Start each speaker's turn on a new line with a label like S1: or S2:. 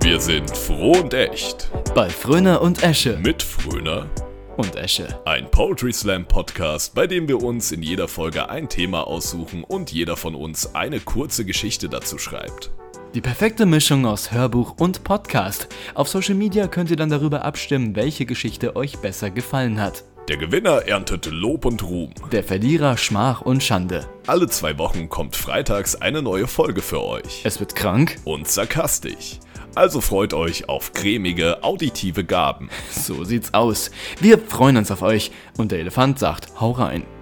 S1: Wir sind froh und echt.
S2: Bei Fröner und Esche.
S1: Mit Fröner,
S2: Und Esche.
S1: ein Poetry Slam Podcast, bei dem wir uns in jeder Folge ein Thema aussuchen und jeder von uns eine kurze Geschichte dazu schreibt.
S2: Die perfekte Mischung aus Hörbuch und Podcast. Auf Social Media könnt ihr dann darüber abstimmen, welche Geschichte euch besser gefallen hat.
S1: Der Gewinner erntet Lob und Ruhm.
S2: Der Verlierer Schmach und Schande.
S1: Alle zwei Wochen kommt freitags eine neue Folge für euch.
S2: Es wird krank.
S1: Und sarkastisch. Also freut euch auf cremige, auditive Gaben.
S2: So sieht's aus. Wir freuen uns auf euch. Und der Elefant sagt, hau rein.